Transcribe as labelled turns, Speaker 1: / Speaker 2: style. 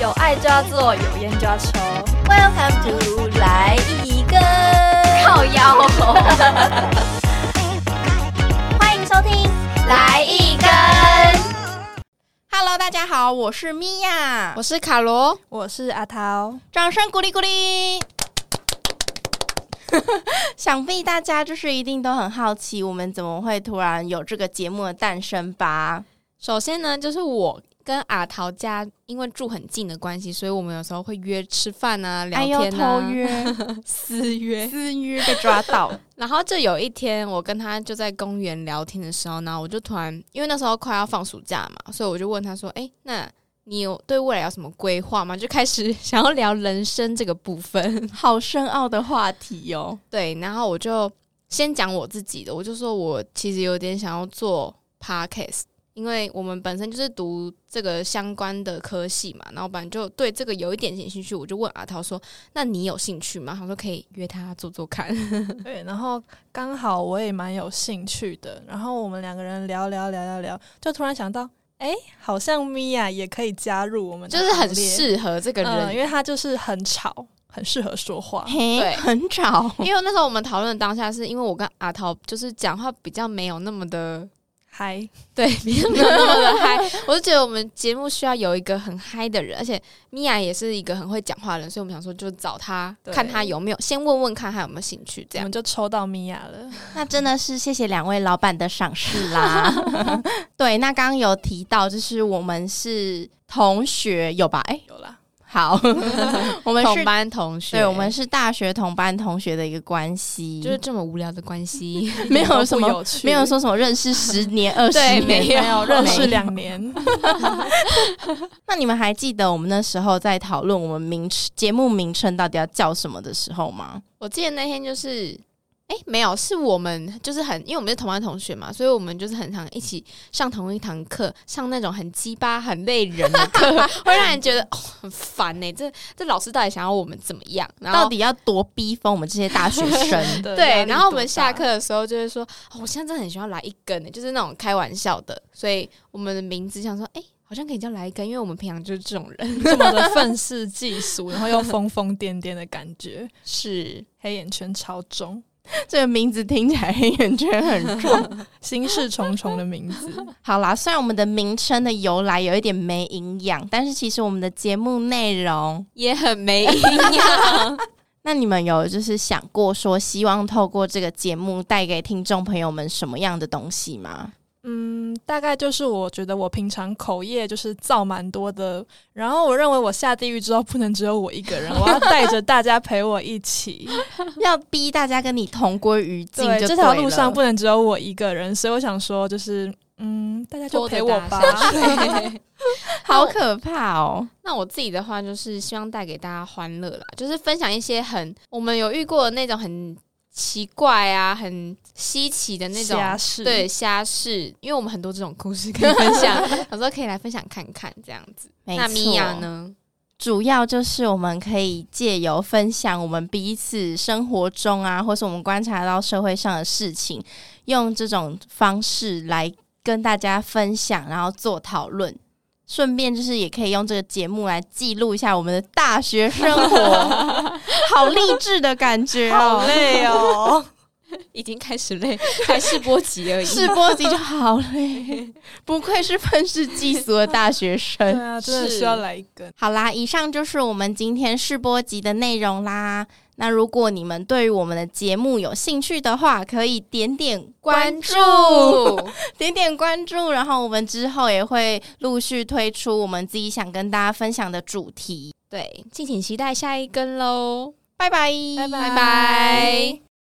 Speaker 1: 有爱就要做，有烟就要抽，
Speaker 2: Welcome to 来一根，
Speaker 1: 靠腰、
Speaker 2: 欢迎收听。
Speaker 1: 来一根。
Speaker 2: Hello，大家好，我是米娅，
Speaker 3: 我是卡罗，
Speaker 1: 我是阿涛，
Speaker 2: 掌声鼓励鼓 励。想必大家就是一定都很好奇，我们怎么会突然有这个节目的诞生吧？
Speaker 3: 首先呢，就是我跟阿桃家因为住很近的关系，所以我们有时候会约吃饭啊、聊
Speaker 2: 哎呦，
Speaker 3: 天
Speaker 2: 偷
Speaker 3: 啊、
Speaker 2: 约、
Speaker 3: 私约。
Speaker 2: 私约被抓 到，
Speaker 3: 然后就有一天，我跟他就在公园聊天的时候，然后我就突然，因为那时候快要放暑假嘛，所以我就问他说：“哎、那你有对未来有什么规划吗？”就开始 想要聊人生这个部分。
Speaker 2: 好深奥的话题 哦。
Speaker 3: 对，然后我就先讲我自己的，我就说我其实有点想要做 podcast，因为我们本身就是读这个相关的科系嘛，然后本来就对这个有一点点兴趣，我就问阿涛说：“那你有兴趣吗？”他说：“可以约他做做 看。
Speaker 4: 对，然后刚好我也蛮有兴趣的，然后我们两个人聊聊聊聊聊，就突然想到，哎，好像米娅也可以加入我们”的
Speaker 3: 就
Speaker 4: 行
Speaker 3: 是
Speaker 4: 列，
Speaker 3: 很适合这个人，
Speaker 4: 嗯，因为她就是很吵，很适合说话。
Speaker 2: 嘿，
Speaker 3: 对
Speaker 2: 很吵，
Speaker 3: 因为那时候我们讨论的当下，是因为我跟阿涛就是讲话比较没有那么的
Speaker 4: 嗨，
Speaker 3: 对，没有那么的嗨。我就觉得我们节目需要有一个很嗨的人，而且米娅也是一个很会讲话的人，所以我们想说就找她，
Speaker 4: 对
Speaker 3: 看她有没有，先问问看她有没有兴趣。这
Speaker 4: 我
Speaker 3: 样
Speaker 4: 们就抽到米娅了。
Speaker 2: 那真的是谢谢两位老板的赏识啦。 对，那刚刚有提到，就是我们是同学，有吧？哎、
Speaker 4: 有啦，
Speaker 2: 好， 我们
Speaker 3: 同
Speaker 2: 是，
Speaker 3: 班同学，
Speaker 2: 对，我们是大学同班同学的一个关系，
Speaker 3: 就是这么无聊的关系。
Speaker 2: 没有
Speaker 4: 都不
Speaker 2: 什么
Speaker 4: 有趣，
Speaker 2: 没有说什么认识十年、二十年，
Speaker 3: 没有
Speaker 4: 没有认识
Speaker 2: 没有
Speaker 4: 两年，
Speaker 2: 那你们还记得我们那时候在讨论我们名节目名称到底要叫什么的时候吗？
Speaker 3: 我记得那天就是。哎，没有，是我们就是很，因为我们是同班同学嘛，所以我们就是很常一起上同一堂课，上那种很鸡巴、很累人的课， 会让人觉得、哦、很烦呢、这这老师到底想要我们怎么样？然后
Speaker 2: 到底要多逼疯我们这些大学 生？
Speaker 4: 对
Speaker 3: 对，然后我们下课，的时候就会说，哦，我现在真的很喜欢来一根呢，欸就是那种开玩笑的，所以我们的名字想说，哎、好像可以叫来一根，因为我们平常就是这种 人，
Speaker 4: 这么的愤世嫉俗，然后又疯疯癫癫的感觉，
Speaker 3: 是
Speaker 4: 黑眼圈超重，
Speaker 2: 这个名字听起来黑眼圈 很重。
Speaker 4: 心事重重的名字。
Speaker 2: 好啦，虽然我们的名称的由来有一点没营养，但是其实我们的节目内容，
Speaker 3: 也很没营养。
Speaker 2: 那你们有就是想过说，希望透过这个节目带给听众朋友们什么样的东西吗？
Speaker 4: 嗯，大概就是我觉得我平常口业就是造蛮多的，然后我认为我下地狱之后不能只有我一个人，我要带着大家陪我一起。
Speaker 2: 要逼大家跟你同归于尽就
Speaker 4: 对，
Speaker 2: 对
Speaker 4: 这条路
Speaker 2: 了
Speaker 4: 上不能只有我一个人，所以我想说就是，嗯，大家就陪我吧。
Speaker 2: 好可怕哦！
Speaker 3: 那我自己的话，就是希望带给大家欢乐啦，就是分享一些很我们有遇过的那种很奇怪啊、很稀奇的那种
Speaker 4: 家事，
Speaker 3: 对，虾事，因为我们很多这种故事可以分 享，有时候可以来分享看看这样子。
Speaker 2: 没
Speaker 3: 那米娅
Speaker 2: 错？
Speaker 3: 呢？
Speaker 2: 主要就是我们可以借由分享我们彼此生活中啊，或是我们观察到社会上的事情，用这种方式来跟大家分享，然后做讨论。顺便就是也可以用这个节目来记录一下我们的大学生活， 好励志的感觉哦！
Speaker 4: 累哦。
Speaker 3: 已经开始累，还试播集 而已。
Speaker 2: 试播集就好嘞， 不愧是愤世嫉俗的大学
Speaker 4: 对
Speaker 2: 生。
Speaker 4: 啊，真的
Speaker 3: 是
Speaker 4: 需要来一根。
Speaker 2: 好啦，以上就是我们今天试播集的内容啦。那如果你们对于我们的节目有兴趣的话，可以点点关注， 点点关注，然后我们之后也会陆续推出我们自己想跟大家分享的主题。
Speaker 3: 对，敬请期待下一根喽，
Speaker 2: 拜拜，
Speaker 3: 拜拜。